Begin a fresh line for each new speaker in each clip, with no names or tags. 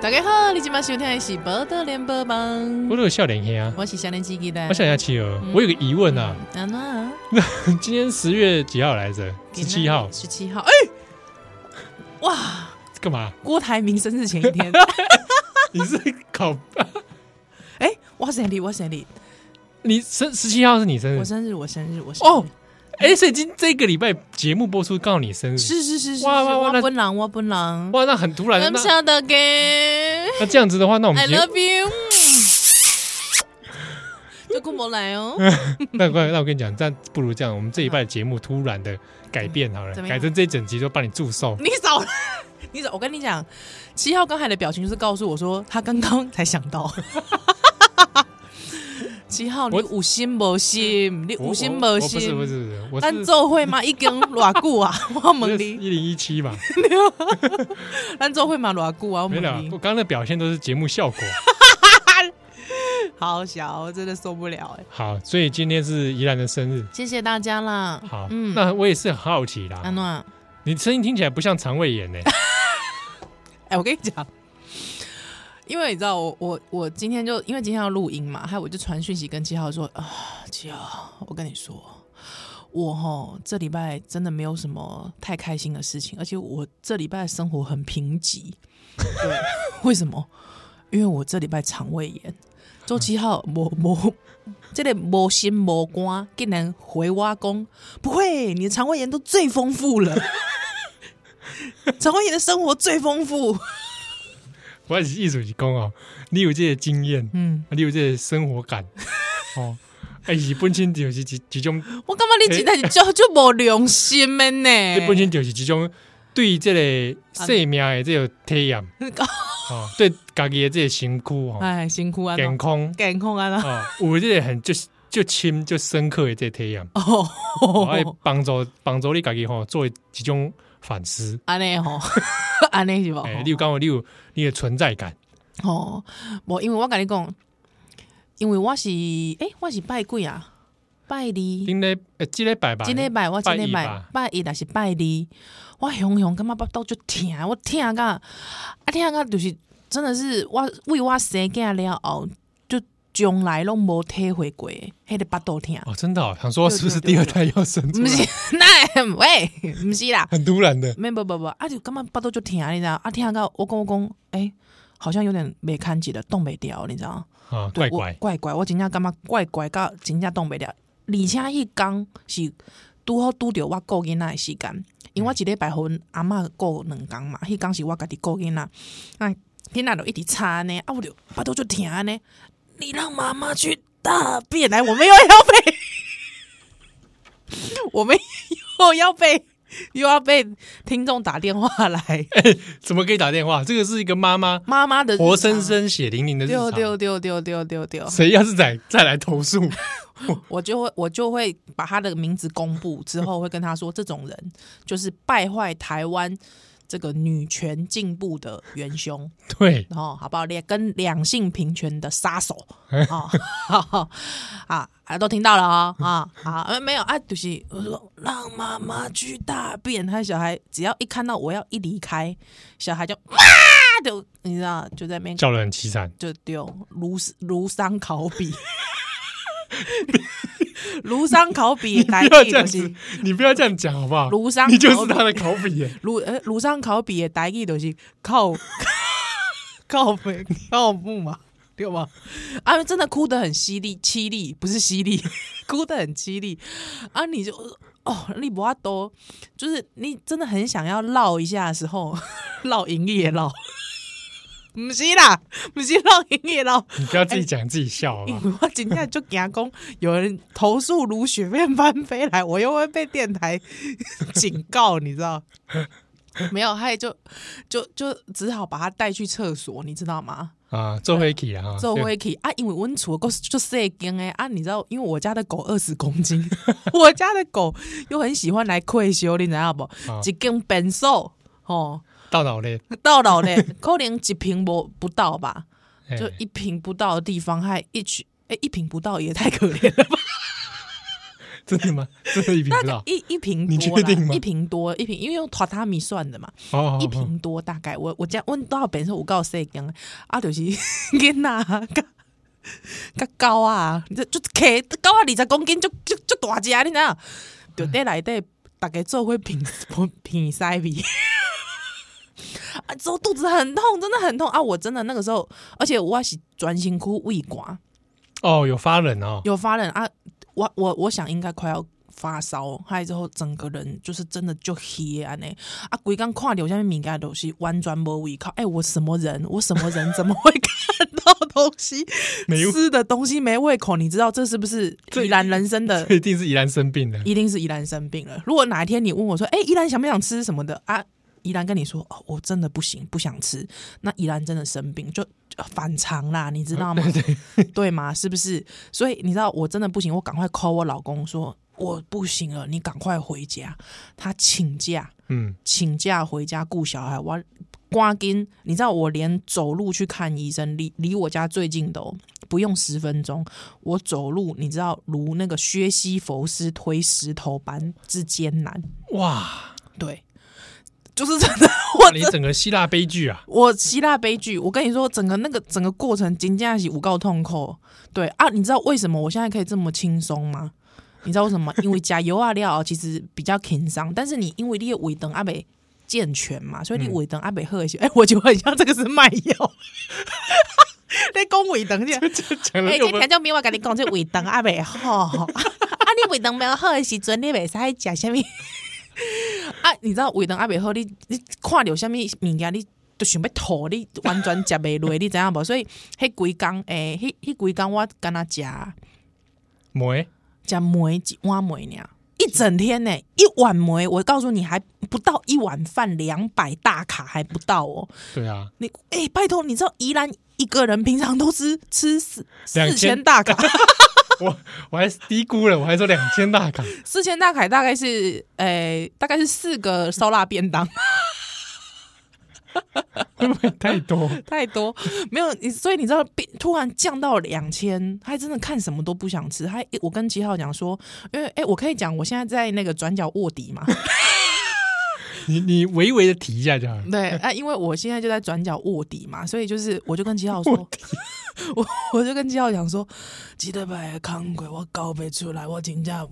大家好，你今晚收听的是《报道联播网》，
我这个笑脸黑啊，
我是少年机器的。
我想一下企鹅，
嗯
我有个疑问啊，
啊那嗯
今天十月几号来着？十七号，
十七号，哎、哇，
干 嘛？
郭台铭生日前一 天，
你是考？
哎、我生日，我生日，
你生十七号是你生日
我？生日，我生日，我生日。
嗯哦，哎、所以今这个礼拜节目播出刚好你生日，
是是是是，
哇哇哇那
我本人，我本人，
哇，那很突然。啊
感
那
谢大家。
那这样子的话，那我 们
I
节
love you 。就顾莫来哦，
那那那我跟你讲，这样不如这样，我们这一拜节目突然的改变好了，
怎么样
改成这一整集就帮你祝寿。
你少来， 你少！我跟你讲，七号刚才的表情就是告诉我说，他刚刚才想到。 七号，你
我
五心无心，你
我
五心
我
无
我哦不是不
心。
是不是，我
咱
是
做会吗？一根偌久啊？ 我问你，
一零一七吧，
咱做会吗？偌久啊？我
没
问
有啦，
你
我。刚刚的表现都是节目 效果。
好小，我真的受不了哎！
好，所以今天是宜兰的生日。
谢谢大家啦。
好，
嗯，
那我也是很好奇啦，
安诺，
你声音听起来不像肠胃 炎呢、
哎，我跟你讲，因为你知道我我我今天就因为今天要录音嘛，还有我就传讯息跟七号说啊，七号，我跟你说，我哈这礼拜真的没有什么太开心的事情，而且我这礼拜的生活很贫瘠。对， 为什么？因为我这礼拜肠胃炎。周七号，我我这个无心无肝，竟然回挖工，不会，你的肠胃炎都最丰富了。肠胃炎的生活最丰富，
我是艺术是讲哦，你有这个经验，啊
嗯，
你有这个生 活感，哦，哎、是本身就是一一种，
我感觉你真的是就就无良心的呢。
你本身就是一种对这个生命的这个 体验，哦，对家己的这个身躯哦，
哎，辛苦啊，
健康
健康啊啦。
哦，有这个很就是就深就深刻的这个体验，哦，哎
哦，
帮助帮助你家己吼、做一种反思，
安尼吼， 安尼是无？
哎、你有感觉你有你的存在感，
哦，无，因为我跟你讲，因为我是诶，我是拜几啊，拜二，今
顶咧呃，即礼拜吧，
礼拜我今礼
拜一
拜
吧
拜一，但是拜二，我雄雄感觉腹肚就疼，我疼个，啊疼个就是真的是我为我生囝了后，就从来拢无体会过的，迄个腹肚疼。
哦，真的、哦，想说是不是第二胎要生
不
出来？
是， 那喂，不是啦，
很突然的，
没不不不，啊就感觉巴肚就疼，你知道？啊疼到我跟我讲，哎、好像有点没看起的，动不掉，你知道？
啊，
对
怪怪
我怪怪，我真正感觉怪怪，到真正动不掉。而且迄工是拄好拄着我顾囡仔的时间，因
嗯
为我一礼拜互阮阿嬷顾两工嘛，迄工是我家己顾囡仔，哎，囡仔就一直吵呢，啊我就巴肚就疼呢，你让妈妈去大便来，我们又要被， 我们又要被又要被听众打电话 来，
怎么可以打电话？这个是一个妈妈
妈妈的日常
活生，生、血淋淋的日
丢
常。
丢丢丢丢丢丢。
谁要是再再来 投诉，
我就会我就会把他的名字公布之后，会跟他说，这种人就是败坏台湾这个女权进步的元凶，
对，
然后好不好？两跟两性平权的杀手哦， 好啊啊，都听到了啊、哦、啊啊，呃没有啊，就是我说让妈妈去大便，他小孩只要一看到我要一离开，小孩就哇，就你知道就在那边
叫得很凄惨。
就丢庐庐山考 比，庐山考比
不
台
要
语
这样
就
子
是，
你不要这样讲好不好？
庐山
你就是
考比
他的考 比耶。
庐呃庐山考比的台语就是靠 靠北靠木嘛，对吧？啊，真的哭得很犀利，凄厉不是犀利， 哭得很凄厉啊！你就哦，你不要多，就是你真的很想要唠一下的时候， 唠盈利也唠。 不是啦，不是唠营业唠，
你不要自己讲自己笑好不
因
好？
为我今天就讲讲，有人投诉卢雪面翻飞来，我又会被电台警告，你知 道？没有，还就就就只好把他带去厕所，你知道吗？
啊，做回起啊，
哎 做
对
回去啊，因为温楚够就细间哎啊，你知道，因为我家的狗二十公 斤，我家的狗又很喜欢来愧羞，你知道不？
啊
一根本手哦，
到脑嘞，
到老 嘞，可能一瓶不不到吧。
哎
就一瓶不到的地方，还一群哎、一瓶不到也太可怜了吧？
真 的吗？真的一瓶不到？
一一瓶
哦你
多
确定
啦，
吗
一瓶多一瓶，因为用榻榻米算的嘛，
哦，
一瓶多大概。我我家问多少本身我告诉谁讲， 啊就是囡仔甲甲高啊，你这就克高啊二十公斤就就就大只，啊你知影？就在内底大概做会 品品塞鼻。 啊，之后肚子很痛，真的很痛啊！我真的那个时候，而且我是专心哭胃刮，
哦，有发冷哦，
有发冷啊！我我我想应该快要发烧，还之后整个人就是真的就黑安呢啊！鬼刚跨流下面敏感的东西，完全没胃口。哎、我什么人？我什么人？怎么会看到东西
没有
吃的东西没胃口？你知道这是不是
这
依兰人生的？
一定是宜兰生病了。
一定是依兰生病了。如果哪一天你问我说：“哎、依兰想不想吃什么的啊？”依兰跟你说：“哦，我真的不行，不想吃。”那依兰真的生病，就就反常啦，你知道吗？ 对吗？是不是？所以你知道我真的不行，我赶快 call 我老公说：“我不行了，你赶快回家。”他请假，
嗯，
请假回家顾小孩，我刮筋，你知道我连走路去看医生，离离我家最近的、哦，不用十分钟，我走路，你知道如那个薛西佛斯推石头般之艰难，
哇，
对，就是真的，我
你整个希腊悲剧啊！
我希腊悲剧，我跟你说，整个那个整个过程，金价是五告痛苦。对啊，你知道为什么我现在可以这么轻松吗？你知道为什么吗？因为加油啊料其实比较轻松，但是你因为你的尾灯阿北健全嘛，所以你
嗯
尾灯阿北喝一些，哎、我觉得很像这个是卖药。 在讲尾灯去，
讲了
哎、
六
这
分
听，众朋友我跟你讲，这胃肠也袂好， 啊，你胃肠袂好的时阵，你袂使食什么？ 啊，你知道胃肠也袂好，你你看到什么物件，你就想要吐，你完全食袂落，你知影无？所以迄几工，诶、迄迄几工我敢若食
梅
食梅一碗梅尔。一整天呢、一碗梅，我告诉你，还不到一碗饭，两百大卡还不到哦。
对啊，
你哎、拜托，你知道宜兰一个人平常都吃吃四四
2000
千大卡，
我我还低估了，我还说两千 大卡，
四千大凯大概是，诶、大概是四个烧腊便当，
会不会太多？
太多没有你，所以你知道，变突然降到两千，他真的看什么都不想吃。他我跟七号讲说，因为诶、我可以讲我现在在那个转角卧底嘛，
你你微微的提一下就好了。
对啊，因为我现在就在转角卧底嘛，所以就是我就跟七号说，我我就跟七号讲说，记得把康鬼我搞不出来，我真正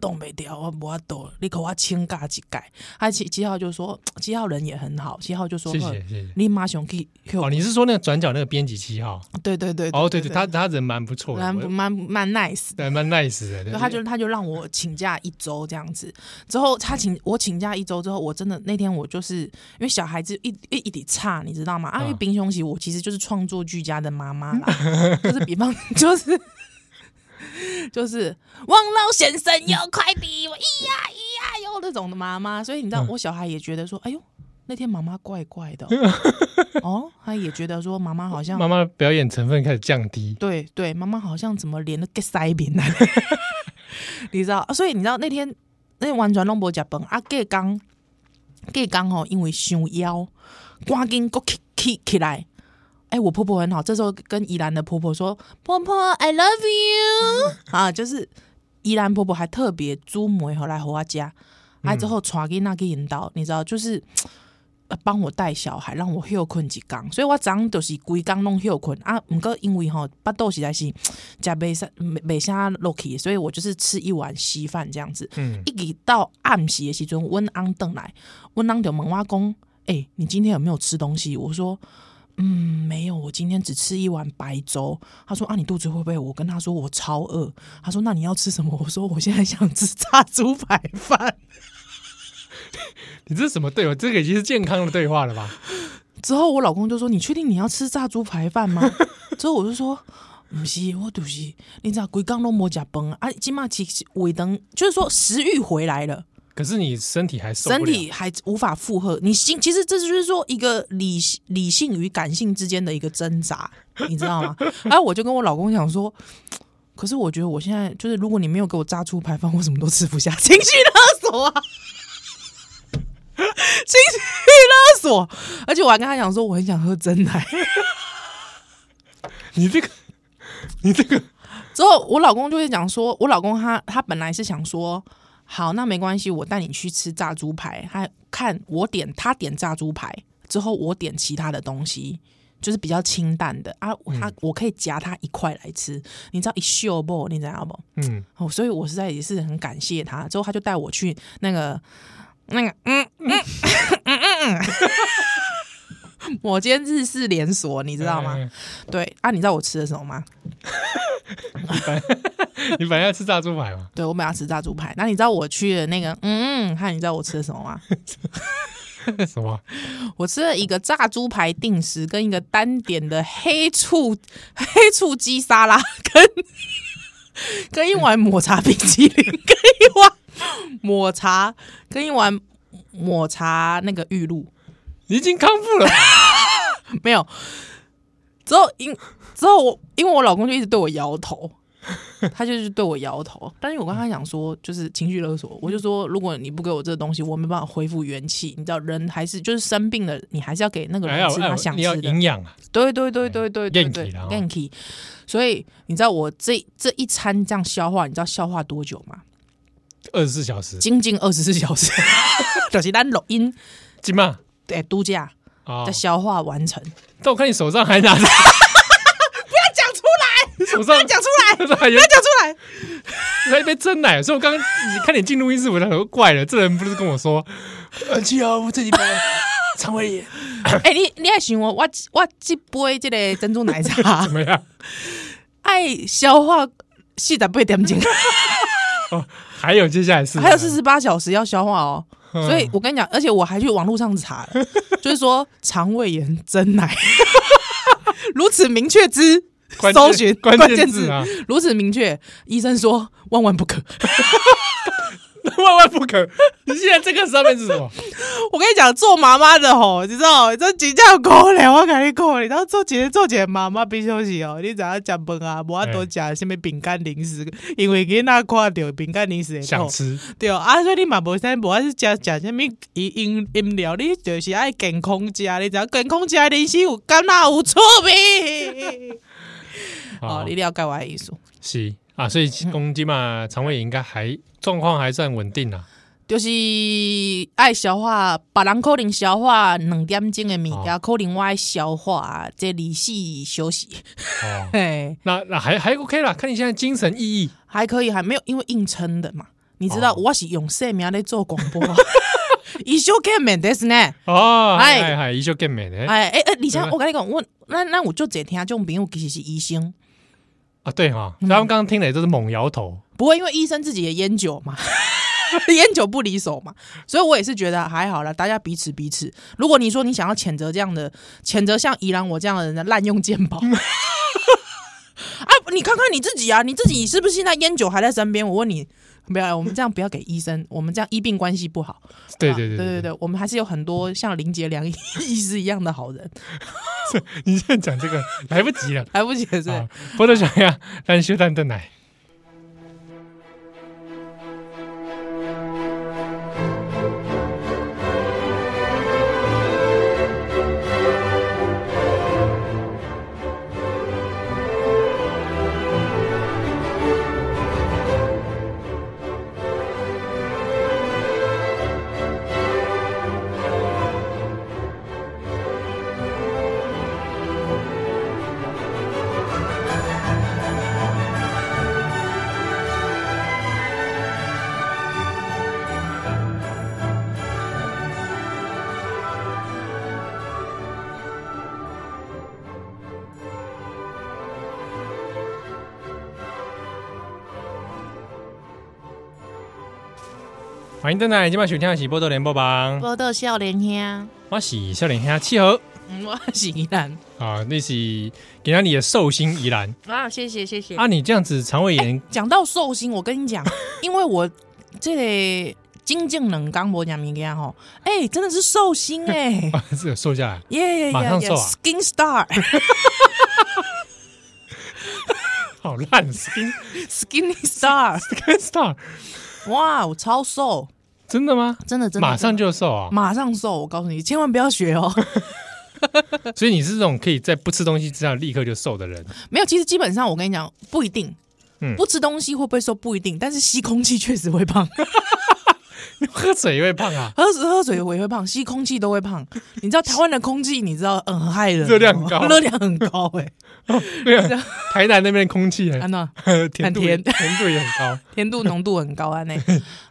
动不掉，我无法度，你给我请假一改。他七七号就说，七号人也很好，七号就说
谢
好
谢谢谢。
你马上去去
哦，你是说那个转角那个编辑七号？
对对对，
哦，对对，他他人蛮不错的，
蛮
我
蛮蛮 nice 的。
对蛮 nice 的。对
对，他就他就让我请假一周这样子，之后他请我请假一周之后，我真的那天我就是因为小孩子一一一直差，你知道吗？啊，因为
嗯
冰兄媳我其实就是创作俱佳的妈妈 啦，就是比方就是就是王老先生有
嗯
快递，我咿呀咿呀哟那种的妈妈，所以你知道
嗯
我小孩也觉得说，哎呦那天妈妈怪怪的 哦，他也觉得说妈妈好像
妈妈表演成分开始降低，
对对，妈妈好像怎么连那个塞饼呢？ 你知道，啊所以你知道那天那完全拢无食饭啊，隔刚隔刚吼，因为伤枵，赶紧搁起起起来。哎、我婆婆很好，这时候跟宜兰的婆婆说：“婆婆，I love you。”啊，就是宜兰婆婆还特别煮梅回来和我家，啊之后传给那个引导，你知道，就是。呃帮我带小孩，让我休困一工，所以我昨昏就是规工拢休困啊。毋过因为吼巴肚实在是食袂啥袂袂啥落去，所以我就是吃一碗稀饭这样子。
嗯，
一直到暗时的时阵，阮翁倒来，阮翁就问我讲：“诶、你今天有没有吃东西？”我说：“嗯，没有，我今天只吃一碗白粥。”他说：“啊，你肚子会不会？”我跟他说：“我超饿。”他说：“那你要吃什么？”我说：“我现在想吃 炸猪排饭。
你这是什么对话？这个已经是健康的对话了吧？”
之后我老公就说：“你确定你要吃炸猪排饭吗？”之后我就说。不是，我就是，你知道，规工拢无食饭啊！即马其实胃疼，就是说食欲回来了，
可是你身体还受不
身
了
体还无法负荷，你心其实这就是说一个理理性与感性之间的一个挣 扎，你知道吗？然后我就跟我老公讲说，可是我觉得我现在就是，如果你没有给我炸出排饭，我什么都吃不下，情绪勒索啊， 情绪勒索，而且我还跟他讲说，我很想喝真奶，
你这个，你这个
之后我老公就会讲说，我老公他他本来是想说，好，那没关系，我带你去吃炸猪排，他看我点他点炸猪排之后，我点其他的东西。就是比较清淡的啊，他我可以夹他一块来吃，你知道一秀不？你知道不？
嗯，
哦，所以我实在也是很感谢他。之后他就带我去那个那个嗯嗯嗯嗯嗯， 某间日式连锁，你知道吗？
嗯？
对啊，你知道我吃的什么吗？
你本来要吃炸猪排嘛？
对我本来要吃炸猪排，那你知道我去的那个嗯嗯，看你知道我吃的什么吗？
什么？
我吃了一个炸猪排定时跟一个单点的黑醋黑醋鸡沙拉，跟跟一碗抹茶冰淇淋，跟一碗抹茶，跟一碗抹茶那个玉露，
你已经康复 了？
没有。之后因之后我因为我老公就一直对我摇 头。他就是对我摇头，但是我跟他讲说，就是情绪勒索，我就说，如果你不给我这个东西，我没办法恢复元气。你知道，人还是就是生病了，你还是要给那个
还
人
哎要
吃他想
你要
吃的。
营养啊？
对对对对对对对
Genki 啦哦
g a n k i 所以你知道我这这一餐这样消化，你知道消化多久吗？
二十四小时，
仅仅二十四小 时， 就是咱录音
金嘛？
对度假
哦
的，消化完成，
但我看你手上 还拿着，
不要讲出来，
手上
不要讲出来，
手上还有
不要讲出来。
还有一杯真奶，所以我刚刚你看你进录音室，我想说怪了，这人不是跟我说，呃，七幺我这礼拜肠胃 炎
哎、你你还想我，我我这杯这个珍珠奶茶
怎么样？
爱消化四十八点钟，
嗯哦，还有接下来是
还有四十八小时要消化哦。
嗯
所以我跟你讲，而且我还去网络上 查了，就是说肠胃炎真奶，如此明确之
关键
搜寻
关键
键
字啊
如此明确，医生说万万不可。
万万不可！你现在这个上面是 什么？
我跟你讲，做妈妈的吼，你知道，这真正可怜，我跟你讲，你当做姐姐做姐妈妈必休息哦，你只要吃饭啊，无法多吃什么饼干零食，因为囡仔看到饼干零食会
想
痛。
吃
对啊，所以你嘛无啥无爱去食食啥物饮饮料，你就是爱健康食，你知影健康食人生有敢若有趣 味。哦，你了解我的意思？
是啊，所以公鸡嘛，肠胃炎应该还状况还算稳定啊啦。
就是爱消化，别人可能消化两点钟的物件，
哦
可能我爱消化这二四休息，
哦，
嘿，
那那还还 OK 啦，看你现在精神奕奕，
还可以，还没有因为硬撑的嘛。你知道、
哦
我是用生命在做广播，一休 g a m ですね。
哦，
哎
嗨嗨，一休更美的
哎哎哎，你像
对
我跟你讲，我那那我就只听这种朋友其实是医生。
啊，对哈，
嗯
他们刚刚听的也都是猛摇头，
不会，因为医生自己也烟酒嘛， 烟酒不离手嘛，所以我也是觉得还好啦，大家彼此彼此。如果你说你想要谴责这样的，谴责像宜兰我这样的人的滥用健保， 啊，你看看你自己啊，你自己是不是现在烟酒还在身边？我问你，不要，我们这样不要给医生，我们这样医病关系不好。
对
啊
对对
对对，我们还是有很多像林杰良医医师一样的好人，
你现在讲这个来不及了。
来不及了，是不是
啊，波多小鸭，咱休蛋蛋奶。欢迎蛋奶，今晚收听的是波多联播榜，
报道笑脸兄，
我是少年兄七和
嗯，我是宜兰
啊，那是给他你的寿星宜兰
啊，谢谢谢谢
啊，你这样子肠胃炎
讲到寿星，我跟你讲，因为我这个金正冷刚我讲明天吼，哎、真的是寿星 哎、
啊是有瘦下来，
耶耶耶
马上
耶
瘦啊
，Skin Star，Skinny
好烂，skin
Star，
skin star，
哇，我超瘦，
真的吗？
真的真的，
马上就瘦啊！
马上瘦，我告诉你，千万不要学 哦。嗯
所以你是这种可以在不吃东西之下立刻就瘦的人
没有，其实基本上我跟你讲，不一定。
嗯
不吃东西会不会瘦不一定，但是吸空气确实会胖，
喝水也会胖啊，
喝水喝水我也会胖，吸空气都会胖。你知道台湾的空气，你知道嗯很害人哦，
热量很高
热量很高 哎、
对啊，台南那边的空气
安
很
娜
甜度也
很
甜度也很
甜度浓度很高啊那。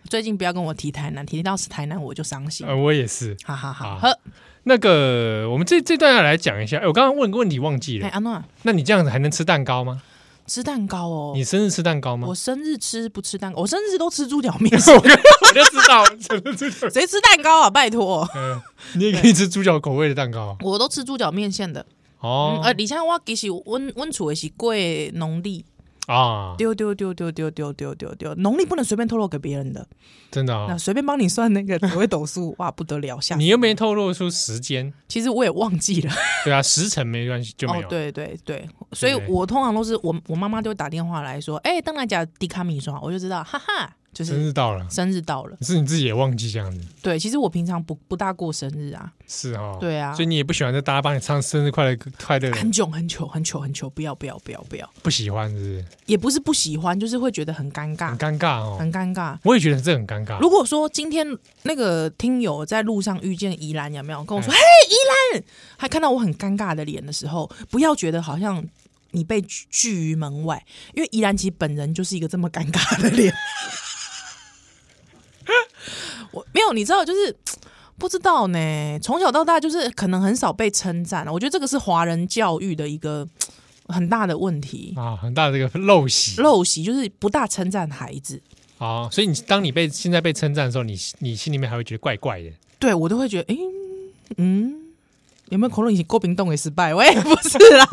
最近不要跟我提台南，提到是台南我就伤心
高，。呃，啊我也是。
哈哈哈，
好
喝
那个，我们这这段要来讲一下，哎我刚刚问个问题忘记
哎
了，
安娜
那你这样子还能吃蛋糕吗？
吃蛋糕哦
你。生日吃蛋糕吗
我？生日吃不吃蛋糕？我生日都吃猪脚面，
我我就 知道，真的知道。
谁吃蛋糕啊？拜托，
嗯，你也可以吃猪脚口味的蛋糕
我都吃猪脚面线的。嗯，
哦
呃，而且我其实温温厝的是过农历，
啊，
丢丢丢丢丢丢丢丢丢，农历不能随便透露给别人的，
真的
那
啊，
随便帮你算那个紫微斗数，哇，不得了，吓死！
你又没透露出时间，
其实我也忘记了，
对啊，时辰没关系就没
哦，
有，
对对对，所以我通常都是我我妈妈就会打电话来说，哎，邓来甲迪卡米刷，我就知道，哈哈，就
生
是
日到了，
生日到了。
是你自己也忘记这样子，
对，其实我平常不不大过生日啊，
是哦，
对啊
所以你也不喜欢在大家帮你唱生日快乐快乐，
很久很久很久很久，不要不要不要不要，
不喜欢是不是？
也不是不喜欢，就是会觉得很尴
很
尬，
尴尬哦，
很尴尬。
我也觉得这很尴尬，
如果说今天那个听友在路上遇见宜兰，有没有跟我说“
嗯
嘿，宜兰”，他看到我很尴尬的脸的时候，不要觉得好像你被拒拒于门外，因为宜兰其实本人就是一个这么尴尬的脸。 我没有，你知道，就是不知道呢。从小到大，就是可能很少被称赞啊我觉得这个是华人教育的一个很大的问题，
啊，很大的这个陋习
陋习就是不大称赞孩子。
啊，所以你当你被现在被称赞的时候，你你心里面还会觉得怪怪的，
对我都会觉得，诶，嗯，有没有可能已经郭冰冻也失败？喂，不是啦，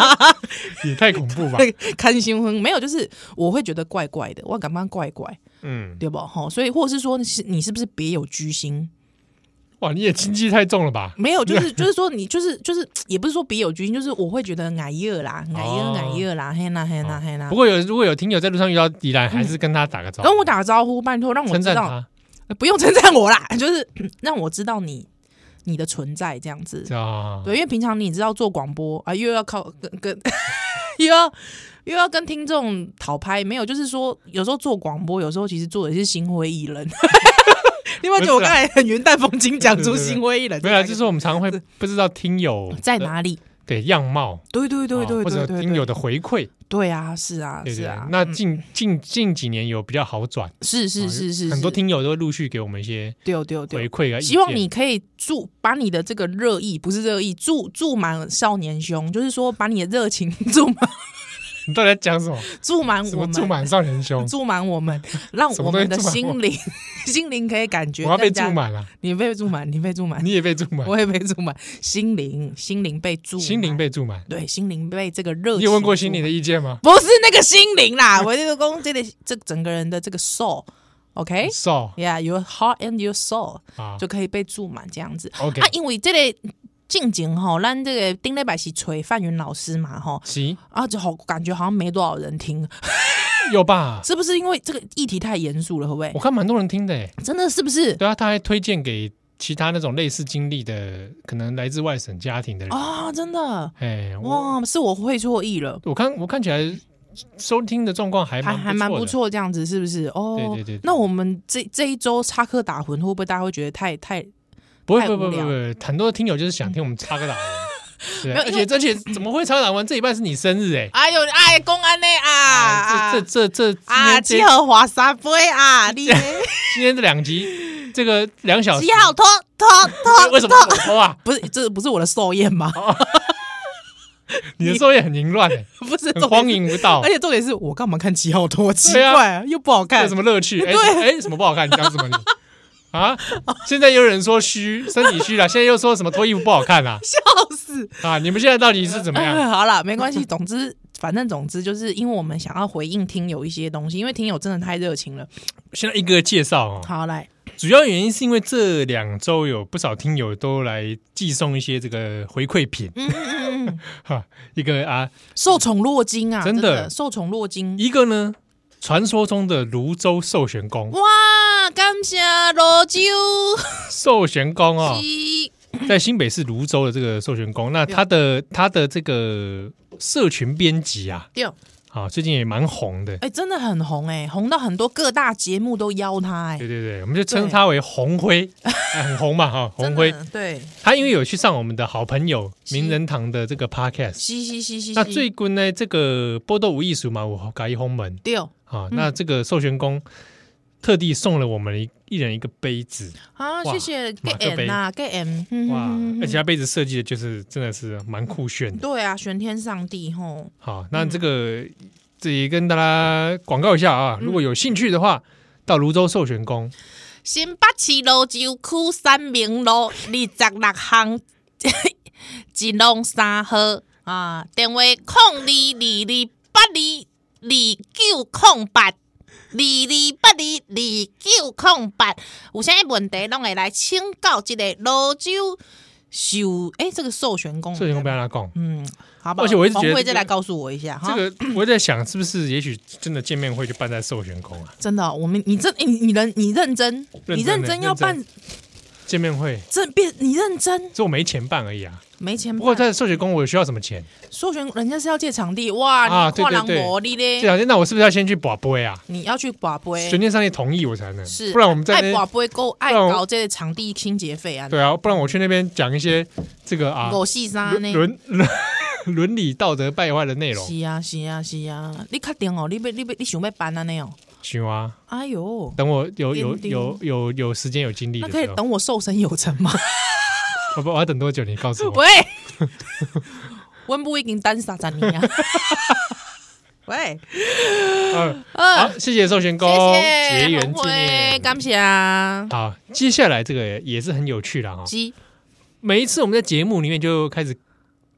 也太恐 怖吧？
看新婚没有，就是我会觉得怪怪的，我感觉怪怪，
嗯，
对吧？吼，所以或者是说你是你是不是别有居心？
哇，你也心机太重了吧？
没有，就是就是说你就是就是也不是说别有居心，就是我会觉得矮热啦，矮热
哦
矮热啦，嘿啦嘿啦嘿啦
不。过有如果有听友在路上遇到迪兰，还是跟他打个招呼，
跟我打个招呼，拜托让我
称
知
赞
道，
他，
呃不用称赞我啦，就是让我知道你你的存在这样子。
啊，
对，因为平常你知道做广播啊，又要靠跟跟又要又要跟听众讨拍，没有，就是说有时候做广播，有时候其实做的是心灰意冷。 你有没有觉得我
不
刚
是啊
才很云淡风轻讲出
对对对
心灰意冷？
没有啊，就是我们常会
对
不知道听友
在
的
哪里？
对样貌，
对对对
啊
对
或
对
者
对
听友
对，
的回馈，
对啊，是啊
对
是
对
啊，。
那
嗯
近近近几年有比较好转，
是
啊
是是是，
很多
是
听友都会陆续给我们一些
对对
回
对。
馈啊，
希望
意
你
见
可以注把你的这个热意，不是热意，注注满少年胸，就是说把你的热情 注满
你到底在讲什么？
注满
什
我
么
们，
住满少年 胸？
注满我 们，让
什么
我们
东
的
西注满我
心灵 心灵可以感觉
我要被
更
住
加，
满了，
你被注满，你被注满，
你也被住满，
我也被注满，心灵心灵被注满，
心灵被住满。
对心灵被这个热，
你有问过心灵的？意见吗？
不是那个心灵啦， 我就是讲这个这整个人的这个 soul，OK、
少
Yeah, your heart and your soul
啊
就可以被注满这样子
，OK，
啊，因为这个近景吼，咱这个丁礼拜是锤范云老师嘛吼，
行，
啊就好感觉好像没多少人听，
有吧？
是不是因为这个议题太严肃了？会不会
我看蛮多人听的，哎，
真的是不是？
对啊，他还推荐给其他那种类似经历的，可能来自外省家庭的人。
啊、真的
哎，我
哇，是我会错意了，
我看我看起来收听的状况还
还
蛮
还蛮
不
不
错
错，这样子是不是？哦，
对对对对
那我们这这一周插科打诨，会不会大家会觉得太太
的。不会
太
不会
无
不会
聊
不会，很多听友就是想听我们插个 打完。对啊
没有
而
因
且
为
而且怎么会插个打完？这一半是你生日哎！
哎呦哎公安呢啊
啊，这
啊
这这这
啊，
今
七
天
号华沙杯 啊，你
今天这两集，这个两小时
七， 号拖拖拖，
为什么是我偷啊？
不是这不是我的寿宴吗？
哦你的作业很凌乱哎，
不是重
很
点是
荒淫无道
而，且重点是我干嘛看七号拖？奇
对啊
怪、又不好
这有
看
什。么 乐趣？哎
对
哎，什么不好看？你讲什么你？啊！现在又有人说虚身体虚了，现在又说什么脱衣服不好看啦？
笑死！
啊！你们现在到底 是怎么样？
哎好了，没关系。 总之，反正总之，就是因为我们想要回应听友一些东西，因为听友真的太热情了。
现在一个介绍哦，
好，来，
主要原因是因为这两周有不少听友都来寄送一些这个回馈品，
嗯嗯嗯嗯，
哈，一个啊，
受宠若惊啊，
真的
受宠若惊。
一个呢，传说中的泸州寿玄
嗯
宫，
哇，感谢罗州
寿玄宫哦，
西，
在新北市泸州的这个寿玄宫，那它的它的这个社群编辑啊，
对，
好，最近也蛮红的。
哎、真的很红哎、红到很多各大节目都邀他哎、
对对对，我们就称他为红灰， 哎很红嘛哈，红
真
灰。
的对，
他因为有去上我们的好朋友
是
名人堂的这个 podcast，
嘻嘻嘻嘻，
那
嘻
最近呢，这个波多无艺术嘛，我改一红门
六
啊，
嗯
那这个授权工特地送了我们一一人一个杯子，
啊，
哇
谢谢
马
get
克
M 呐，get M，嗯
哇
嗯，嗯
而且他杯子设计的就是真的是蛮酷炫的。
对啊，玄天上帝吼，
好，那这个这也跟大家广告一下
嗯
啊，如果有兴趣的话，到泸州授权工
新北市泸州区三明路二十六巷 一弄三号啊，电话空二二二八二二九空八二二八二二九空八，有啥问题拢会来请教这个泸州授诶，这个授权工，
授权工不要他讲。
嗯，好吧，
而且我一直觉得
红会
这
再
个
来告诉我一下哈，
这个我在想，是不是也许真的见面会就办在授权工啊？
真的哦，我们你真你你认你认真，
真
你认
欸
真要
认真
办
见面会，
真变你认真
这我没钱办而已啊。
没钱办，
不过在授权工，我需要什么钱？
授权人家是要借场地哇，
啊
你
对
跨
对
狼
对
魔力
这
嘞，
两天，那我是不是要先去把杯啊？
你要去寡杯
玄，天上帝同意我才能，
是
不然我们在那
爱寡
边
杯够爱
不然我
搞这个场地清洁费啊，
对啊，不然我去那边讲一些这个啊
狗戏啥
伦
呢？
伦伦 伦理道德败坏的内容，
是啊是啊是啊，你确定哦，你要你要你想要办安尼哦，
行啊。
哎呦，
等我有有
丁丁
有有有时间有精力
那
的
可以
时候，
等我瘦身有成 吗？
我不我要等多久？你告诉我。
喂，温布已经单杀咱你 啊，喂。
嗯，好，谢谢授权工，
谢
结
谢
缘
红
纪
辉，
念。
感谢啊，
好，接下来这个也是很有趣的哈。啊
鸡，
每一次我们在节目里面就开始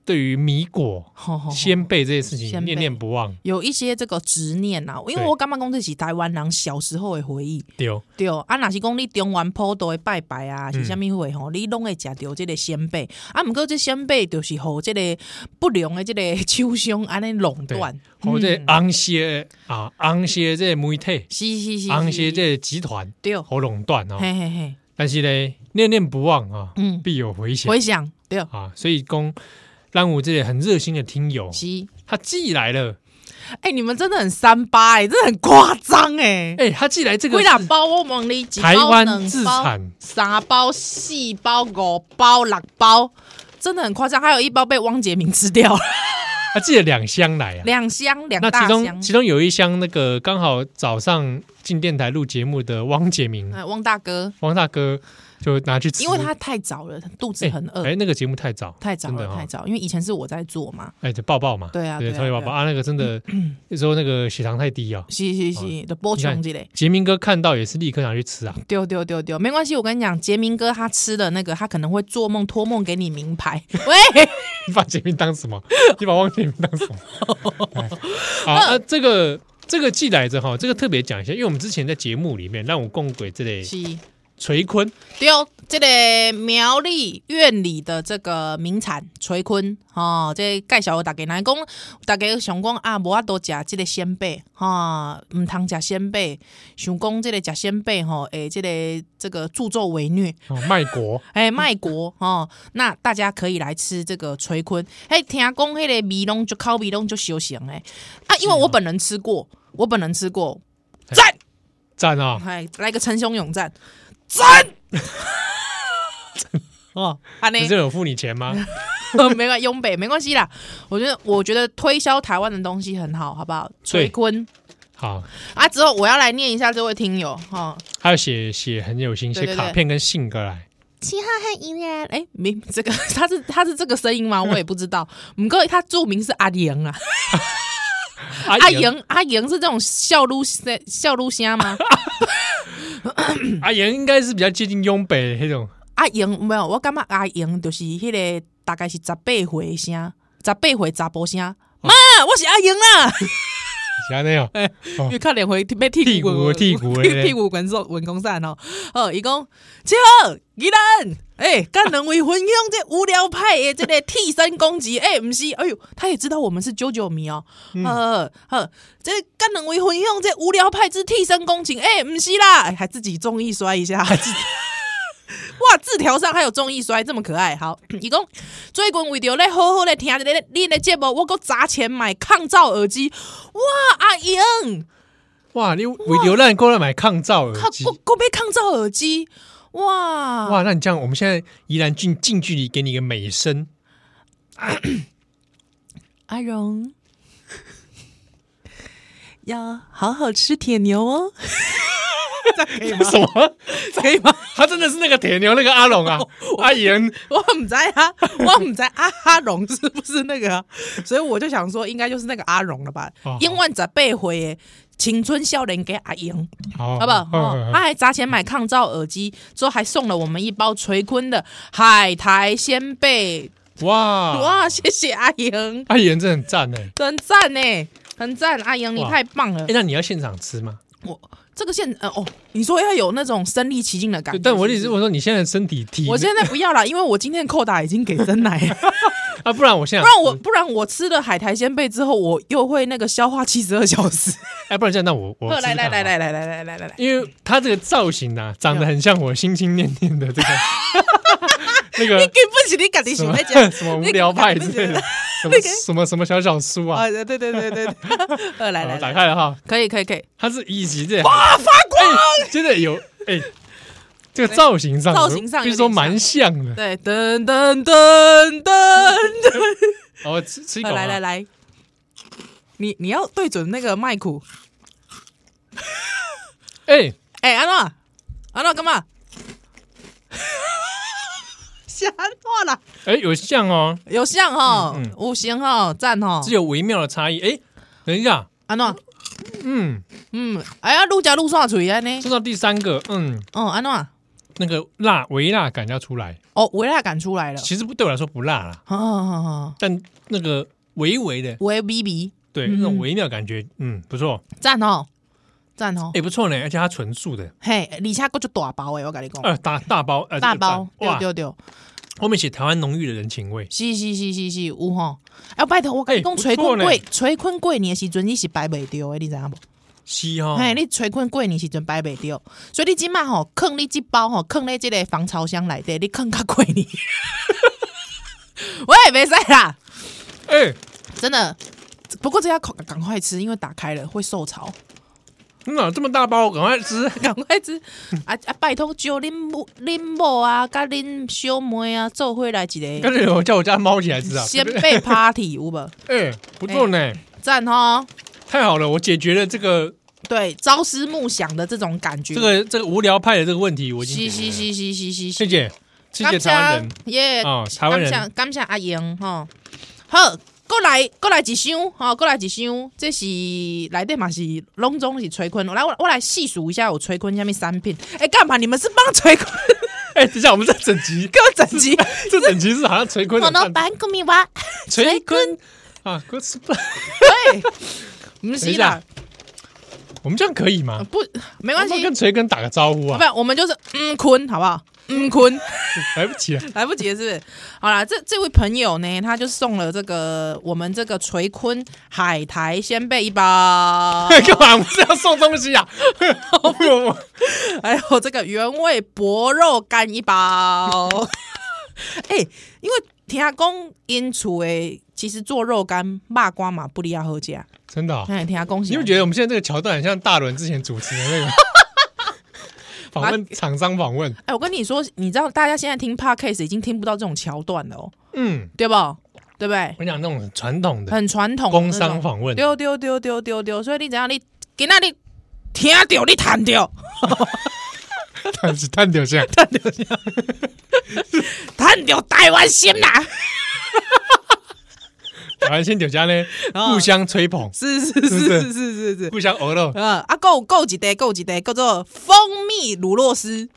对于米果、
吼吼吼
鲜贝这些事
鲜
情
贝
念念不忘，
有一些这个执念呐、啊，因为
对
我感觉讲这是台湾人小时候的回忆，
丢
对啊，若是讲你中原普渡的拜拜啊，
嗯
是啥物会吼，你拢会食到即个鲜贝，啊，毋过这鲜贝就是互即个不良的即个手伤安尼垄
对
断，，
或者
嗯
昂些啊，昂些这些媒体，
是是是，
昂
是
些这些集团
对，
好垄断哦。
嘿嘿嘿，
但是呢，念念不忘啊，
嗯，
必有回响
回想对，哦
啊。所以公让我这些很热心的听友，
是，
他寄来了，
哎、你们真的很三八哎、真的很夸张哎，
哎，他寄来这个
几两包我问你，一包
台湾
两
自
包
产，
三包、四包、五包、六包，真的很夸张。还有一包被汪杰明吃 掉了，
他寄了两箱来啊。
两箱两
那
大
其
箱
中。其中有一箱那个刚好早上进电台录节目的汪杰明，
哎，汪大哥，
汪大哥就拿去吃，
因为他太早了，他肚子
哎
很饿，
哎，那个节目太早，
太早
真的
了，
哦
太早。因为以前是我在做嘛，
哎，就抱抱嘛，
对啊
对，
对啊
超级抱抱
对啊
啊，那个 真的那时候那个血糖太低啊。
是是是的，波穷之类。
杰明哥看到也是立刻拿去吃啊，
丢丢丢丢，没关系，我跟你讲，杰明哥他吃的那个，他可能会做梦托梦给你名 牌。喂，
你把杰明当什么？你把汪杰明当什么？ 好啊，这个这个寄来着哈，这个特别讲一下，因为我们之前在节目里面让我共轨这类
是
垂坤
丢这个苗栗院里的这个名产垂坤哦，这介绍我大家来讲，大家想讲啊，无法度食这个鲜贝哈，唔通食鲜贝，想讲这个食鲜贝吼，诶，这个这个助纣为虐，
哦，卖国
诶，卖国哦，那大家可以来吃这个垂坤。诶，听讲迄个米拢就靠米拢就修行诶啊，因为我本人吃过，我本人吃过，赞，
赞 啊！
哎，来个称兄勇赞，赞。
哦，
安尼
只是有付你钱吗？
没关东北没关系啦。我觉得我觉得推销台湾的东西很好，好不好？
对
垂坤
好，
啊，之后我要来念一下这位听友哈、哦，
还有写写很有心，
对
写
对
卡
对
片跟信哥来，
七号和怡然，哎，明这个 他是他是这个声音吗？我也不知道。我们他注明是阿莹啊，阿
阿
莹阿莹是这种笑撸声笑撸虾吗？
阿言应该是比较接近雍北的那种，
阿莹没有，我感觉阿莹就是迄、个大概是十八岁的声，十八岁查甫声。
哦
妈，我是阿莹啦，
像那样
因为看两回被剃
屁
哦骨
股
滚
屁 股的
屁
那
屁
种，
股滚送滚公散哦，哦，伊讲七号宜兰，哎、干能为分享这无聊派的这个替身攻击，哎、不是，哎呦，他也知道我们是九九迷哦，呃、呵，这干能为分享这 无聊派之替身攻击，哎、不是啦，哎还自己综艺摔一下，哇，字条上还有中意摔，这么可爱。好，伊讲最近为着咧好好咧听一个你的节目，我够砸钱买抗噪耳机。哇，阿英，
哇，你为流浪过来买抗噪
靠
耳机，
够够被抗噪耳机。哇
哇，那你这样，我们现在宜兰近近距离给你一个美声，
阿荣 要好好吃铁牛哦，
什么？
可以吗？
他真的是那个铁牛那个阿龙 啊，阿言
我唔知啊，我唔知阿阿荣是不是那个、啊，所以我就想说，应该就是那个阿荣了吧
哦好？
英万十八回耶，青春笑脸给阿英，
好
好不好？哦
嗯
他还砸钱买抗噪耳机，之后还送了我们一包垂坤的海苔鲜贝，
哇，
哇！谢谢阿英，
阿言真的很赞哎。
很赞呢，很赞，阿英你
哇
太棒了
哎，。那你要现场吃吗？
我这个现呃哦，你说要有那种身临其境的感
对
觉，
但我的意
是
思，
不是
我说你现在身体体
我现在不要啦，因为我今天的扣打已经给真奶了。
啊，不然我现在
不然我不然我吃了海苔鲜贝之后，我又会那个消化七十二小时。
哎，不然这样，那我 我试
来
试
来来
看好了
来来来来来来来，
因为他这个造型啊，长得很像我心心念念的 这个那
你
个
给不起，你赶紧
什
准
么
备讲
什么无聊派之类的，什么
个
什么什么小小书啊，
啊！对对对对对， 呃，来来
好打
来，
开了哈，
可以可以可以，
它是一级这哇发光， 真的有哎，这个造型上
造型上有点像
必须说蛮像的。
对，噔噔噔噔，
哦，吃吃一口
呃
啊，
来来来，你你要对准那个麦克，
哎，
哎，安诺安诺干嘛？瞎话啦，
哎有像哦，
有像哈
嗯嗯，
五行哈，赞哈
只，有微妙的差异。哎，等一下，
安诺，
嗯，
嗯，哎呀，陆家陆刷嘴安呢，
说到第三个，嗯，
哦，安诺。
那个辣微辣感要出来，
哦，维拉感出来了，
其实不对我来说不辣啦，
啊啊啊！
但那个微微的，
维 B B，
对
嗯
那种微妙感觉，嗯，不错，
赞哦，赞哦，
哎，不错呢，而且它纯素的，
嘿，李恰哥就大包诶，我跟你讲，
呃，大大包，呃，
哦大
这个赞
包，对
哇，
对对，
后面写台湾浓郁的人情味，
是是是是是，有吼，哎，拜托，我跟你
哎
讲，
不
垂
错
坤
呢
贵，垂坤贵年的时阵你是摆袂掉诶，你知影无？
西哈，
嘿，你垂坤贵年的时阵摆袂掉，所以你即摆吼，囥你即包吼，囥咧即个防潮箱内底，你囥较贵呢。 我也袂使啦，
哎，
真的。不过这要赶赶快吃，因为打开了会受潮。
你嗯哪有这么大包，赶快吃。
赶快吃！啊啊，拜托，招恁母、恁某啊，甲恁小妹啊，做伙来一个
干脆我叫我家猫起来吃啊！
先辈 party 有无？
哎、不错呢、
赞吼！
太好了，我解决了这个
对，朝思暮想的这种感觉。
这，个这个无聊派的这个问题，我已经
嘻嘻
解决
嘻嘻嘻啊嘻
了谢
嘻，
谢谢谢台湾人
耶！
哦，台湾
感谢
人
感谢阿英吼。好，过来过来一箱吼，过来一箱，这是来底嘛是拢总是崔坤。来，我我来细数一下有崔坤下面三品。哎、干嘛？你们是帮崔坤
哎、等一下我们这整集
给我整集？
这整集是好像垂坤的
我老
赞
板公米哇。
垂坤啊，可是不
对，哎不
等
是
一
啦
下，，我们这样可以吗？
不没
要
关
不要
系，
跟垂根打个招呼啊
不，，我们就是嗯坤，好不好？嗯坤，
来不及了，
来不及了，是不是？好啦，这这位朋友呢，他就送了这个我们这个垂坤海苔鲜贝一 包，
干嘛？我们是要送东西啊？我我
还有这个原味薄肉干一包。哎、因为听讲因厝诶，其实做肉干、麻瓜嘛不离啊好食。
真的、啊，
哎，听讲
你
是
有觉得我们现在这个桥段很像大伦之前主持的 那个访问厂商访问？
哎、我跟你说，你知道大家现在听 podcast 已经听不到这种桥段了哦、
嗯，
对吧？对不对？
我讲那种很传统的
很传统的
工
那种
商访问，
丢丢丢丢丢丢，所以你怎样你给那你听掉你弹掉
探是探掉线，
弹掉台湾心啦，
台湾先掉家呢，
啊
互相吹捧，
是是是是是是是，
互相鹅肉。
呃啊够够几袋够几袋，叫做蜂蜜乳酪丝。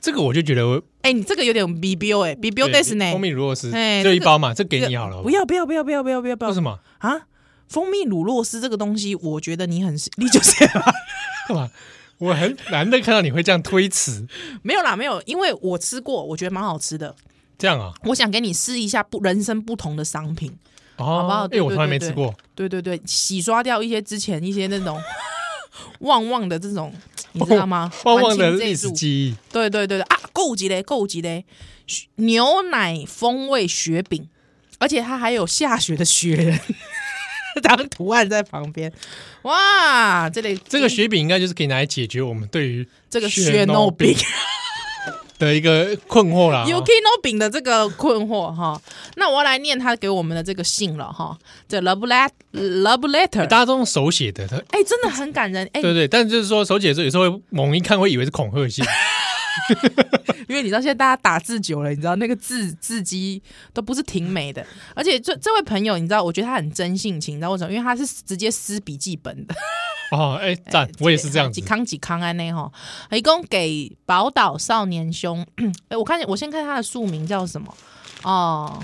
这个我就觉得我
哎、你这个有点 B B O 哎，B B O
对
this 呢？
蜂蜜如果是
哎
就
这
一
个
包嘛，这给你好了，
不要不要不要不要不要不要不
为
要
什么？
啊！蜂蜜乳酪丝这个东西，我觉得你很你就是
干嘛？我很难得看到你会这样推辞，
没有啦，没有，因为我吃过，我觉得蛮好吃的。
这样啊？
我想给你试一下不人生不同的商品。不好
哦，因
对
为我
对
从来
对
没
对
吃过，
对对对，洗刷掉一些之前一些那种旺旺的这种你知道吗？
旺旺的
还清这一
历史
注
记忆，
对对对对啊，够级嘞，够级嘞！雪牛奶风味雪饼，而且它还有下雪的雪人 当图案在旁边。哇，这里
这个雪饼应该就是可以拿来解决我们对于
这个
血
雪
肉
肉饼
饼、的一个困惑啦。
有
哦
Kino 饼的这个困惑哈。那我要来念他给我们的这个信了哈，这 love let love letter，
大家都用手写的，他
哎、真的很感人哎、
对对，但就是说手写的时候有时候会猛一看会以为是恐吓信，
因为你知道现在大家打字久了，你知道那个字字迹都不是挺美的，而且这这位朋友，你知道，我觉得他很真性情，你知道为什么？因为他是直接撕笔记本的，
哦，哎，赞，我也是这样
几
子。
康几康安内哈，一共给宝岛少年兄， 哎，我看我先看他的署名叫什么哦，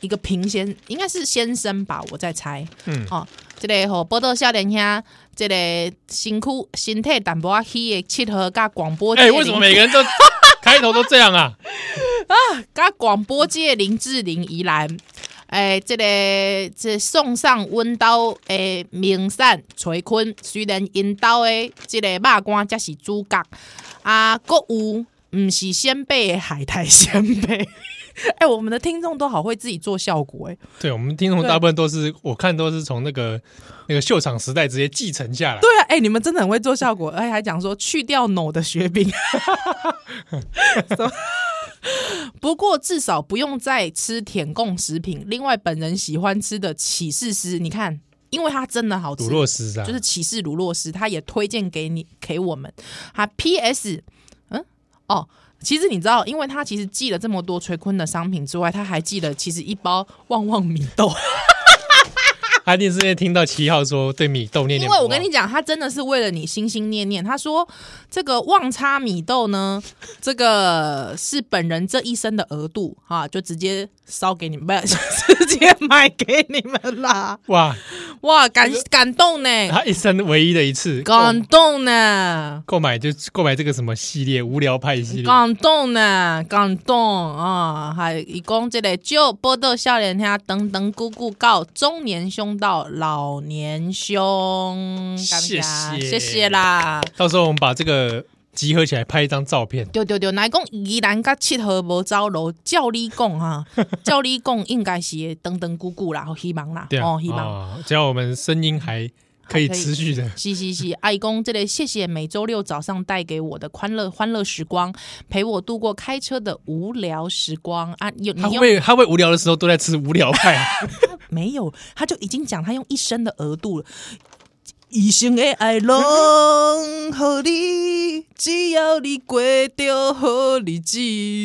一个平先应该是先生吧，我在猜，
嗯
哦，这个吼报道少年兄，这个辛苦身体淡薄仔虚的切合甲广播界
哎，为什
零
么每个人都 开头都这 样啊？
甲广播界林志玲宜兰，诶、即、个即送上阮兜诶名产垂坤，虽然因兜诶即个肉干才是主角，啊，阁有毋是鲜贝的海苔鲜贝。 哎、我们的听众都好会自己做效果哎、
对我们听众
对
大部分都是我看都是从那个那个秀场时代直接继承下来。
对啊，哎、你们真的很会做效果，而且还讲说去掉“某”的雪饼。什么不过至少不用再吃舔供食品。另外，本人喜欢吃的起士丝，你看，因为它真的好吃
鲁，洛斯啊，
就是起士乳酪丝，他也推荐给你给我们。啊，P.S. 嗯哦，其实你知道，因为他其实寄了这么多垂坤的商品之外，他还寄了其实一包旺旺米豆。
他一定是因为听到七号说对米豆念念
因
不
为
忘，
我跟你讲，他真的是为了你心心念念。他说这个旺叉米豆呢， 这个是本人这一生的额度哈，就直接烧给你 们，不是直接买给你们啦！
啊哇，
哇，感感动呢，
他一生唯一的一次购
感动呢，
购买就购买这个什么系列无聊派系列，
感动呢，感动啊！还一共这个就波豆笑脸听等等姑姑告中年兄到老年兄，感
谢谢
谢谢啦。
到时候我们把这个集合起来拍一张照片。
对对对，来讲宜兰甲七号无走路，照你讲 哈，照你讲应该是会登登咕咕啦，希望啦
对，啊，
哦，希望。
哦只要我们声音还可以
还可以
持续的，
是是是，阿姨公，这类谢谢每周六早上带给我的欢乐欢乐时光，陪我度过开车的无聊时光啊！有你
他
用
会不会他会无聊的时候都在吃无聊派啊？
没有？他就已经讲他用一生的额度了，一生的爱拢互你，只要你过着好日子，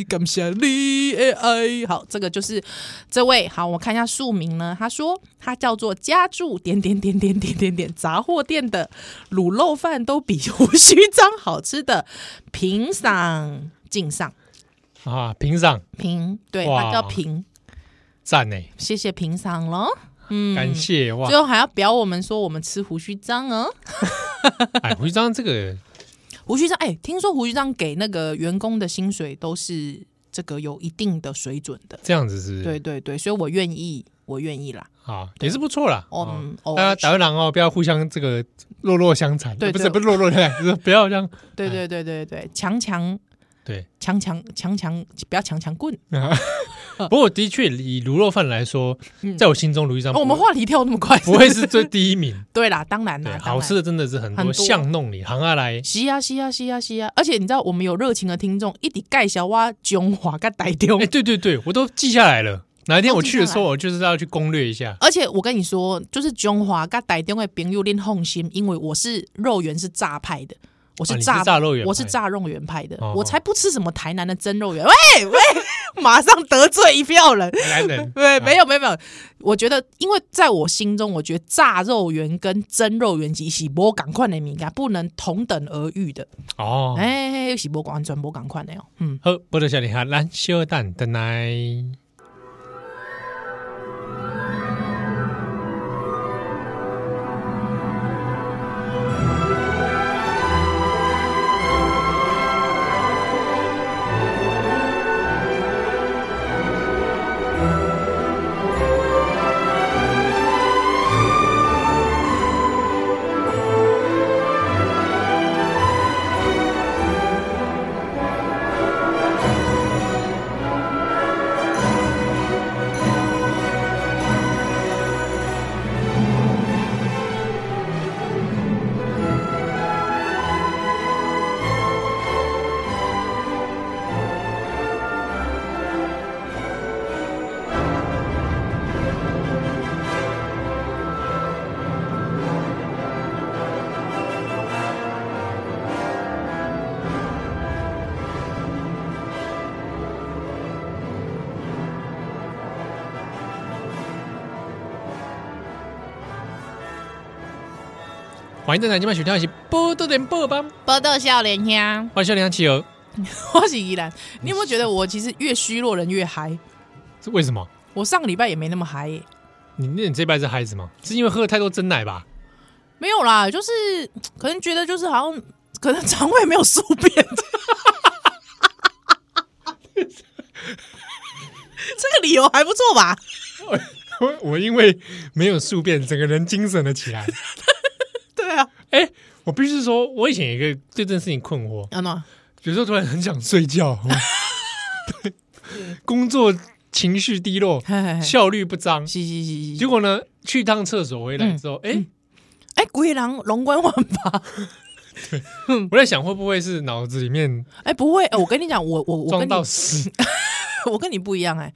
感谢你的爱。好，这个就是这位。好，我看一下署名呢，他说他叫做家住点点点点点点点杂货店的卤肉饭都比胡须章好吃的，平赏敬上
啊，评赏
平，对
哇
他叫平，
赞呢，欸
谢谢平赏喽。嗯，
感谢哇
最！后还要表我们说我们吃胡须章哦。
哎，胡一章这个
胡须章，哎、听说胡须章给那个员工的薪水都是这个有一定的水准的。
这样子是不是
对对对，所以我愿意，我愿意啦。
啊，也是不错啦。
哦
哦
嗯，哦，
大家打个狼哦，不要互相这个弱弱相残，
对
不
对
是不是弱弱相残，就是 不要这样。
对对对对对，强强
对，
强强强强，不要强强棍。嗯
不过的确以卤肉饭来说，在我心中卤一章
哦，我们话题跳那么快，
不会是最第一名。
对啦，当然啦，
对，
当然
好吃的真的是很
很
多
多
巷弄里行下来，
是啊是啊是啊是啊，而且你知道我们有热情的听众，一直介绍我中华跟台中
哎，，对对对，我都记下来了。哪一天
都
我
哦记
去的
下
时候，我就是要去攻略一下。
而且我跟你说，就是中华跟台中的朋友恁放心，因为我是肉圆是炸派的，我
哦
是
你是
炸、
炸肉圆派
我是炸肉圆派的，
哦哦
我才不吃什么台南的蒸肉圆。 喂喂，马上得罪一票人。
来人，
对，
啊
没有没有没有，我觉得，因为在我心中，我觉得炸肉圆跟蒸肉圆及喜波赶快的敏感不能同等而遇的。
哦，
哎、喜波完全波赶快的哦，嗯。
好，波多小林哈，咱小蛋等来。
啊！
欢迎在南京麦雪跳起波多点波吧，
波豆笑脸呀，
欢迎笑脸企鹅，
我是依兰。 你有没有觉得我其实越虚弱人越嗨？
这为什么？
我上个礼拜也没那么嗨耶、
你那你这拜是孩子吗？是因为喝了太多真奶吧？
没有啦，就是可能觉得就是好像可能肠胃没有宿便。 这个理由还不错吧？
我我因为没有宿便，整个人精神了起来。
对啊，
哎、我必须说，我以前有一个对这件事情困惑，
安娜，
有时候突然很想睡觉， 对，工作情绪 低落，
嘿嘿嘿
效率不彰，
嘻嘻嘻
结
嘻，
果呢，去趟厕所回来之后，哎、
哎，鬼狼龙关万吧？ 嗯
我在想会不会是脑子里面
哎，不会，哎我跟你讲，我我我
装
跟你
到屎？
我跟你不一样哎、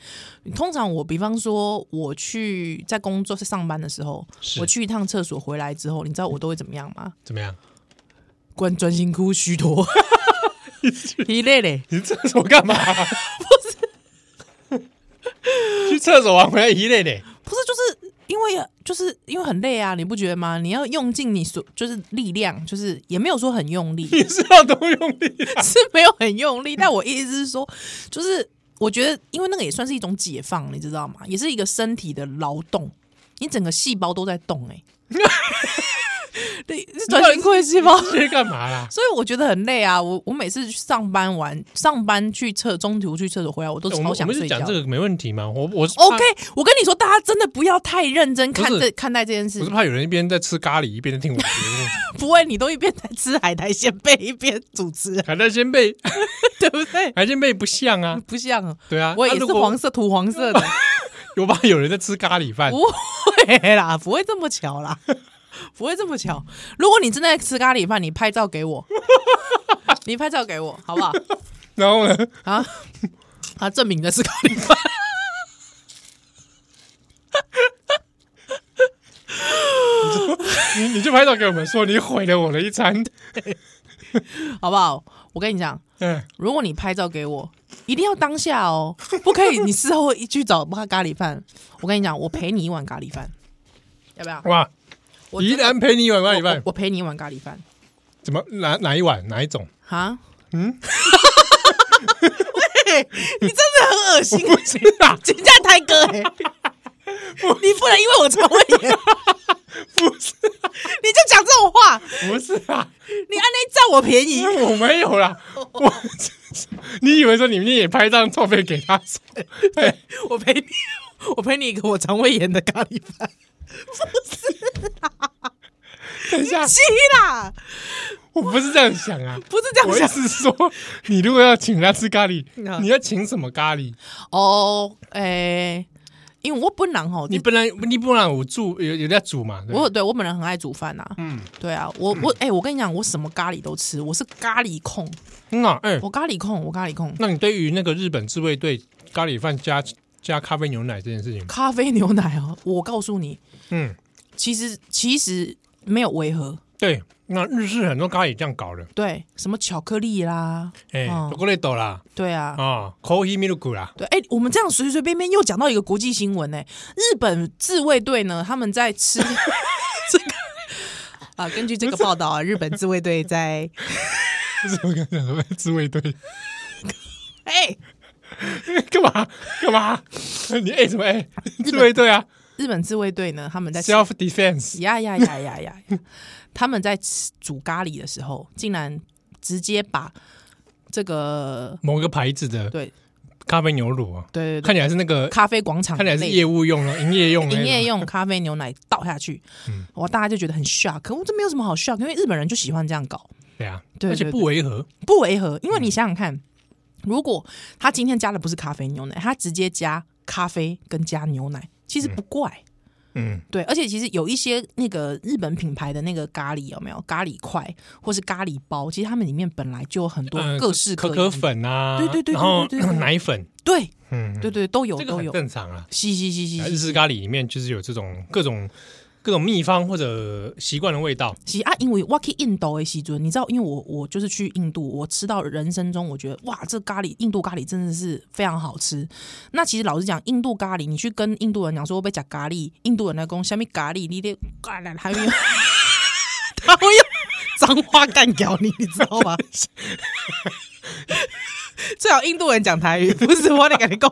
通常我比方说我去在工作在上班的时候，
是
我去一趟厕所回来之后，你知道我都会怎么样吗？
怎么样？
关专心哭虚 脱， 一累嘞，
你厕所干嘛？ 不是，去厕所玩回来一累嘞。
不是就是因为就是因为很累啊，你不觉得吗？你要用尽你所就是力量，就是也没有说很用 力，
你是要多用力啊？
是没有很用力，但我意思是说，就是我觉得，因为那个也算是一种解放，你知道吗？也是一个身体的劳动，你整个细胞都在动、 欸，哎，对，是转型溃细胞。
这干嘛啦？
所以我觉得很累啊！我我每次去上班完，上班去厕中途去厕所回来，我都
哎我们
超
我
想
们
睡
是
觉
讲
的。
这个没问题嘛？我我是怕
OK，我跟你说，大家真的不要太认真看
不是
这看待这件事
我是，怕有人一边在吃咖喱一边在听我节目，
不会，你都一边在吃海苔鲜贝一边主持，
海带鲜贝，
对不对？
海带鲜贝不像啊，
不像啊，
对啊。
我也
啊
是
如果
黄色土黄色 的。
我怕有人在吃咖喱饭，
不会啦，不会这么巧啦，不会这么巧。如果你正在吃咖喱饭，你拍照给 我，你拍照给我，好不好？
然后呢，
啊啊，证明你在吃咖喱饭。
你你就拍照给我们说你毁了我的一餐。
好不好？我跟你讲，
嗯，
如果你拍照给我，一定要当下哦，不可以你事后一去找他咖喱饭。我跟你讲，我陪你一碗咖喱饭，要不要？
哇，
我
宜
真的
兰陪你一碗咖喱
我
饭，
我陪你一碗咖喱饭。
怎么哪哪一碗哪一种？
哈，嗯，喂， 你真的很恶心，啊
我不知啊道，
请假台哥哎、你不能因为我肠胃炎，
不是，
你就讲这种话，
不是啊，
你按那占我便宜，
我没有啦，我 你以为说你们也拍张照片给他 说？哎
我陪你， 我陪你一个我肠胃炎的咖喱饭，
等一下，
气啦，
我不是这样想啊，
不 是这样
我意
想
思是说，你如果要请他吃咖喱
嗯，
你要请什么 咖喱？
哦，哎、因为我本人吼，
你本来你不然我煮有有在煮嘛？对
我对我本人很爱煮饭呐、
嗯
对啊，我我哎、我跟你讲，我什么咖喱都吃，我是咖喱控，
嗯啊，哎，
我咖喱控，我咖喱控，
那你对于那个日本自卫队咖喱饭加加咖啡牛奶这件事情，
咖啡牛奶哦，我告诉你，
嗯，
其实其实没有违和，
对，那日式很多咖喱这样搞的，
对，什么巧克力啦，
哎
哦，
巧克力豆啦，
对啊，
啊，coffee milk 啦，
对，哎、我们这样随随便便又讲到一个国际新闻呢、哎日本自卫队呢，他们在 吃这个啊，根据这个报道啊，日本自卫队在
不是我刚才说自卫队
哎、
干嘛干嘛？ 你哎什么哎？自卫队啊
日本自卫队呢，他们在吃
，self defense，
呀呀呀呀呀，呀他们在吃煮咖喱的时候，竟然直接把这个
某个牌子的
对
咖啡牛乳啊，
对对对
看起来是那个，
咖啡广场
看起来是
类
业务用的，营业用的那
营
种，嗯
业用咖啡牛奶倒下去，哇，大家就觉得很 shock，我这没有什么好 shock，因为日本人就喜欢这样搞。
对啊，
对
而且
对
不违和，
不违和，因为你想想看，如果他今天加的不是咖啡牛奶，他直接加咖啡跟加牛奶，其实不怪。
嗯，
对，而且其实有一些那个日本品牌的那个咖喱有没有咖喱块或是咖喱包，其实他们里面本来就有很多
呃
各式各
可
样
可
的，
粉啊，
对对对对
然后
对对对
奶粉，
对
嗯，
对对都有
这个
都
很
有，
正常啊。
嘻嘻嘻嘻
啊
嘻
日式咖喱里面就是有这种各种各种秘方或者习惯的味道。
是啊，因为我去印度的时阵，你知道，因为我我就是去印度，我吃到人生中我觉得哇，这咖喱印度咖喱真的是非常好吃。那其实老实讲，印度咖喱，你去跟印度人讲说我被讲咖喱，印度人来讲虾米咖喱，你得干了还没有。他会用脏话干掉你，你知道吗？ 最好印度人讲台语，不是我得跟你讲，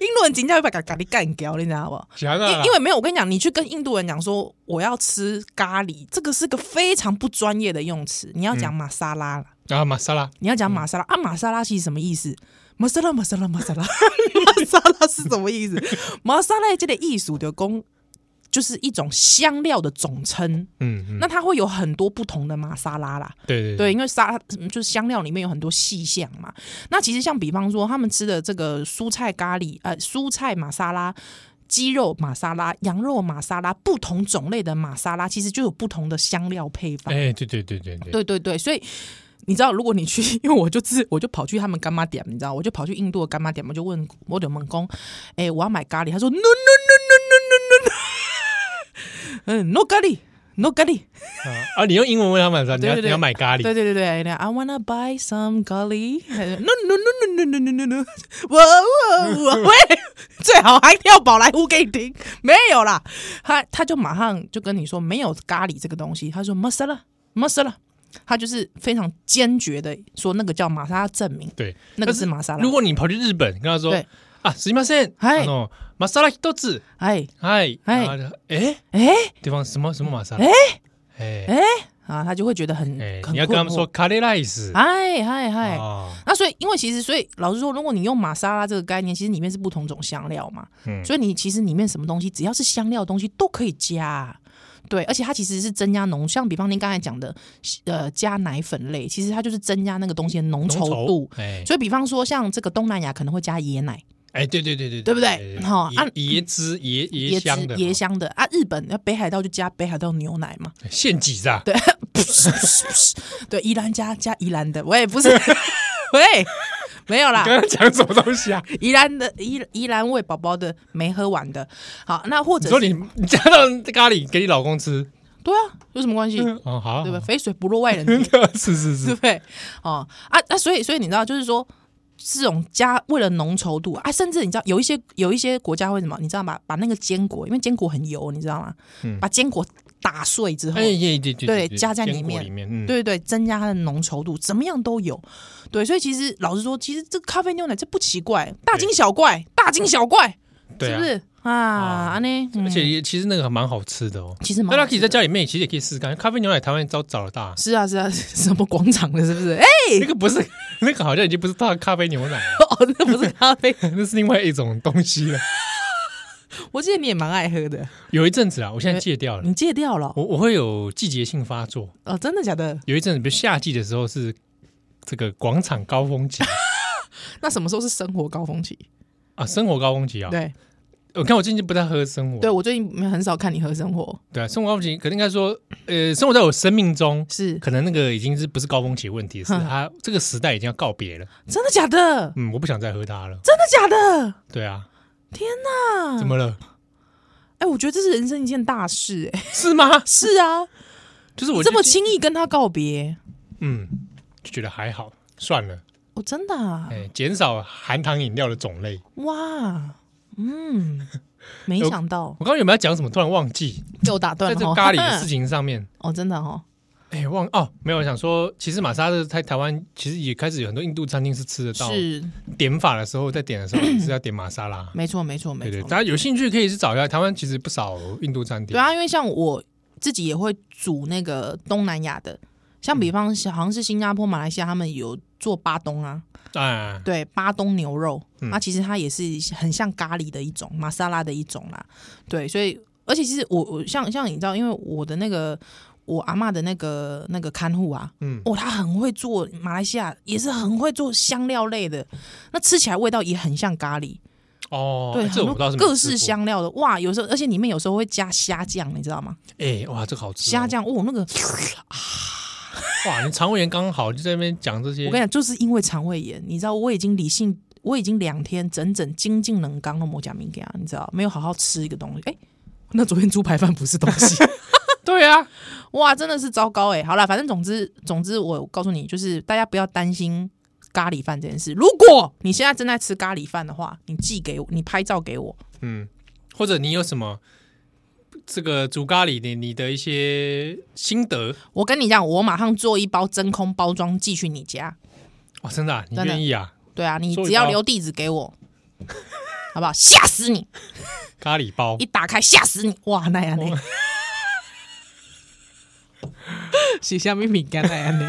印度人真正会把咖咖喱干掉，你知道不？
强
因
啊！
因为没有，我跟你讲，你去跟印度人讲说我要吃咖喱，这个是个非常不专业的用词。你要讲玛莎拉啦，
啊，玛莎拉
你要讲玛莎拉啊，玛莎拉其实什么意思？玛莎拉，玛莎拉，玛莎拉，玛莎拉是什么意思？玛莎拉这个艺术的工就是一种香料的总称，
嗯嗯，
那它会有很多不同的玛莎拉啦。
对对
对，因为沙嗯就是香料里面有很多细项嘛。那其实像比方说，他们吃的这个蔬菜咖喱，呃，蔬菜玛莎拉。鸡肉玛莎拉、羊肉玛莎拉，不同种类的玛莎拉其实就有不同的香料配方。
哎，对对对对对，
对对对，所以你知道，如果你去，因为我就自我就跑去他们干妈店，你知道，我就跑去印度的干妈店，我就问我的门工，哎、我要买咖喱，他说 no no no no no no no，嗯，no 咖喱，no 咖喱。
啊啊，你用英文问他们说你要
对对
你
对
要买咖喱，
对对对对对，I wanna buy some golly。No no no no no no no no no。我 我我 喂，最好还跳宝莱坞给你听。 没有啦，他他就马上就跟你说没有咖喱这个东西。他说 masala masala，他就是非常坚决的说那个叫玛莎拉证明，
对，
那个
但
是玛莎拉。
如果你跑去日本跟他说
对
啊，すみません，
はい
あの玛莎拉一つ，
哎
嗨
はい
哎，
哎
对方什么什么玛莎拉
哎，
哎
哎啊，他就会觉得很
哎
很，
你要跟他们
困惑
说咖喱 rice，
嗨嗨嗨。
哦
那所以，因为其实，所以老实说，如果你用玛莎拉这个概念，其实里面是不同种香料嘛，
嗯
所以你其实里面什么东西，只要是香料的东西都可以加。对，而且它其实是增加浓，像比方您刚才讲的，呃，加奶粉类，其实它就是增加那个东西的浓
浓
稠度。
哎
所以，比方说像这个东南亚可能会加椰奶、
哎，对对对对，哎
对不对好啊
椰椰汁椰椰
椰
香
汁、
的
椰香的啊。日本那北海道就加北海道牛奶 嘛，
哦现挤的，
对，啊噗噗噗噗对，宜兰加加宜兰的，喂，不是， 喂，没有啦，
刚刚讲什么东西啊？
宜兰的宜宜兰喂宝宝的没喝完的，好，那或
你
者
说
是
你你加到咖喱给你老公吃，
对啊，有什么关系？
哦好，
对吧？肥水不落外人
嗯
田，
是是
对
是，
不对？哦啊啊，所以所以你知道，就是说这种加为了浓稠度啊，甚至你知道有一些有一些国家会什么，你知道吗？把那个坚果，因为坚果很油，你知道吗？
嗯
把坚果打碎之后，
哎对对对
对加在里面
坚果里面，嗯，
对对对，增加它的浓稠度，怎么样都有。对，所以其实老实说，其实这个咖啡牛奶这不奇怪，大惊小怪，大惊小怪，
对
是
啊
不是啊？
啊
啊呢，嗯
而且也其实那个还蛮好吃的哦。
其实蛮
大
好
家
吃
可以在家里面其实也可以试试看，咖啡牛奶台湾早早了大，
是啊是啊， 什么广场的，是不是？ 哎、
那个不是那个好像已经不是大咖啡牛奶了，
哦，那不是咖啡，
那是另外一种东西了。
我记得你也蛮爱喝的，
有一阵子啊，我现在戒掉了，
你戒掉了
我我会有季节性发作。
哦？真的假的？
有一阵子，比如夏季的时候是这个广场高 峰期
那什么时候是生活高峰期？
啊，生活高峰期啊。
对
我看我最近不太喝生活，
对，我最近很少看你喝生活，
对啊，生活高峰期可能应该说，呃，生活在我生命中，
是
可能那个已经是不是高峰期的问题，是
哼
它这个时代已经要告别了。
真的假的？
嗯，我不想再喝它了。
真的假的？
对啊，
啊
怎么了？
哎、我觉得这是人生一件大事、哎，
是吗？
是啊，
就是
你
我
这么
就，
轻易跟他告别，
嗯，就觉得还好，算了，
哦，真的、啊，
哎，减少含糖饮料的种类。
哇，嗯，没
有
想到
我刚刚有没有讲什么？突然忘记，
被我打断
在
了
这
哦，
咖 喱的 事情上面，
哦，真的哦，
哎，忘哦，没有，我想说，其实玛莎的在台湾其实也开始有很多印度餐厅是吃得到，
是
点法的时候在点的时候是要点玛莎拉。
没错没错没
对对，
错
大，家有兴趣可以去找一下，台湾其实不少印度餐厅。
对啊，因为像我自己也会煮那个东南亚的，像比方是好像是新加坡、马来西亚，他们有做巴东啊，
哎，
对，巴东牛肉，
嗯
啊，其实它也是很像咖喱的一种，玛莎拉的一种啦，对，所以而且其实我我像像你知道，因为我的那个我阿嬷的那个那个看护啊，
嗯，
哦，他很会做马来西亚，也是很会做香料类的，那吃起来味道也很像咖喱，
哦，
对，
哎这我
很
不知道
多
是
各式。香料的，哇，有时候而且里面有时候会加虾酱，你知道吗？
哎，哇，这个好吃哦。
虾酱，哦，那个。
哇，你肠胃炎刚好就在那边讲这些。
我跟你讲，就是因为肠胃炎，你知道我已经理性，我已经两天整整精进能刚都没讲明给啊，你知道没有好好吃一个东西。哎、那昨天猪排饭不是东西，
对啊，
哇，真的是糟糕哎、好啦，反正总之总之，我告诉你，就是大家不要担心。咖喱饭这件事，如果你现在正在吃咖喱饭的话，你寄给我，你拍照给我。
嗯，或者你有什么这个煮咖喱的你的一些心得
我跟你讲，我马上做一包真空包装寄去你家。
哇，真的、啊，你
真的
愿意啊？
对啊，你
做一
只要
包
留地址给我， 好不好？吓死你！
咖喱包
一打开吓 死你！哇，那样呢？ 是下面饼干那样呢？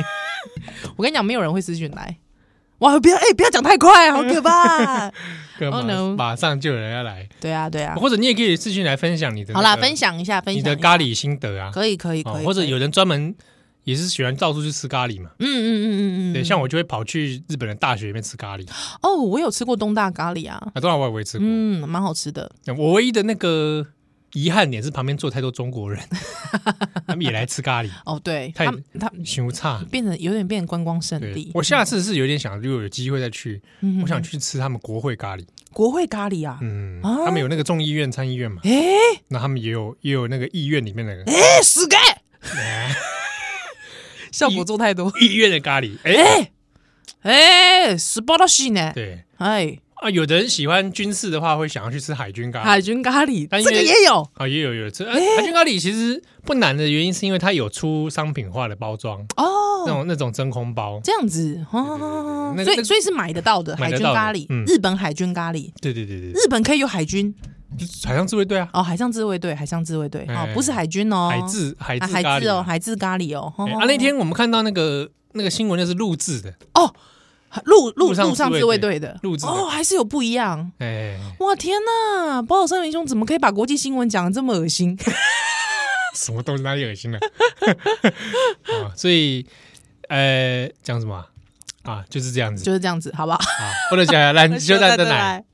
我跟你讲，没有人会私讯来。哇，不要哎、不要讲太 快，好可怕！
干嘛
Oh no
马上就有人要来，
对啊， 对啊。
或者你也可以自己来分享你的那
好
个、
啦，分享一下，分
你
享
的
一下
咖喱心得啊，
可以，可以，可以。
或者
可以
有人专门也是喜欢到处去吃咖喱嘛。
嗯嗯嗯嗯嗯，
对，像我就会跑去日本的大学里面吃咖喱
哦，我有吃过东大咖喱啊，
啊，当然我也会吃过。
嗯，蛮好吃的。
我唯一的那个遗憾点是旁边坐太多 中国人，他们也来吃咖喱，
哦，对，
太
他们他们
熊差。
变成有点变成观光胜
对
地，。
我下次是有点想，如果有机会再去，
嗯
我想去吃他们国会咖喱。
国会咖喱啊，
嗯，
啊
他们有那个众议院、参议院嘛，
哎、
那他们也有也有那个议院里面的
哎、死 g 效果做太多，
议院的咖喱。哎，
哎哎，十八到西呢，
对
哎，
啊，有的人喜欢军事的话，会想要去吃海军咖
海哎
喱。
军咖喱
啊但因
这
为
个也有
啊，也有有这、啊海军咖喱其实不难的原因，是因为它有出商品化的包装，那
哦，
种那种真空包。
这样子哦，
对对
所
对那个那个
以所以是买得到的
买
海
得
军
到的
咖喱，
嗯
日本海军咖喱，
对对对对对，
日本可以有海军
海上自卫队啊，
哦，海上自卫队，海上自卫队
哎
哦，不是海军哦，
海自海
啊
自
海
咖
自
喱
哦，。海自咖喱哦，
哎
哦
啊，那天我们看到那个那个新闻，那是录制的，
哦，陆陆
陆上
陆上
自卫
自卫
队
队的
陆自的
哦，还是有不一样。
哎，
哇天呐，宝岛三明兄怎么可以把国际新闻讲的这么恶心？
什么东西哪里恶心了？ 啊，所以呃，讲什么啊？啊就是这样子
就是这样子，好不好？
啊，不能讲了，来，你就在这来。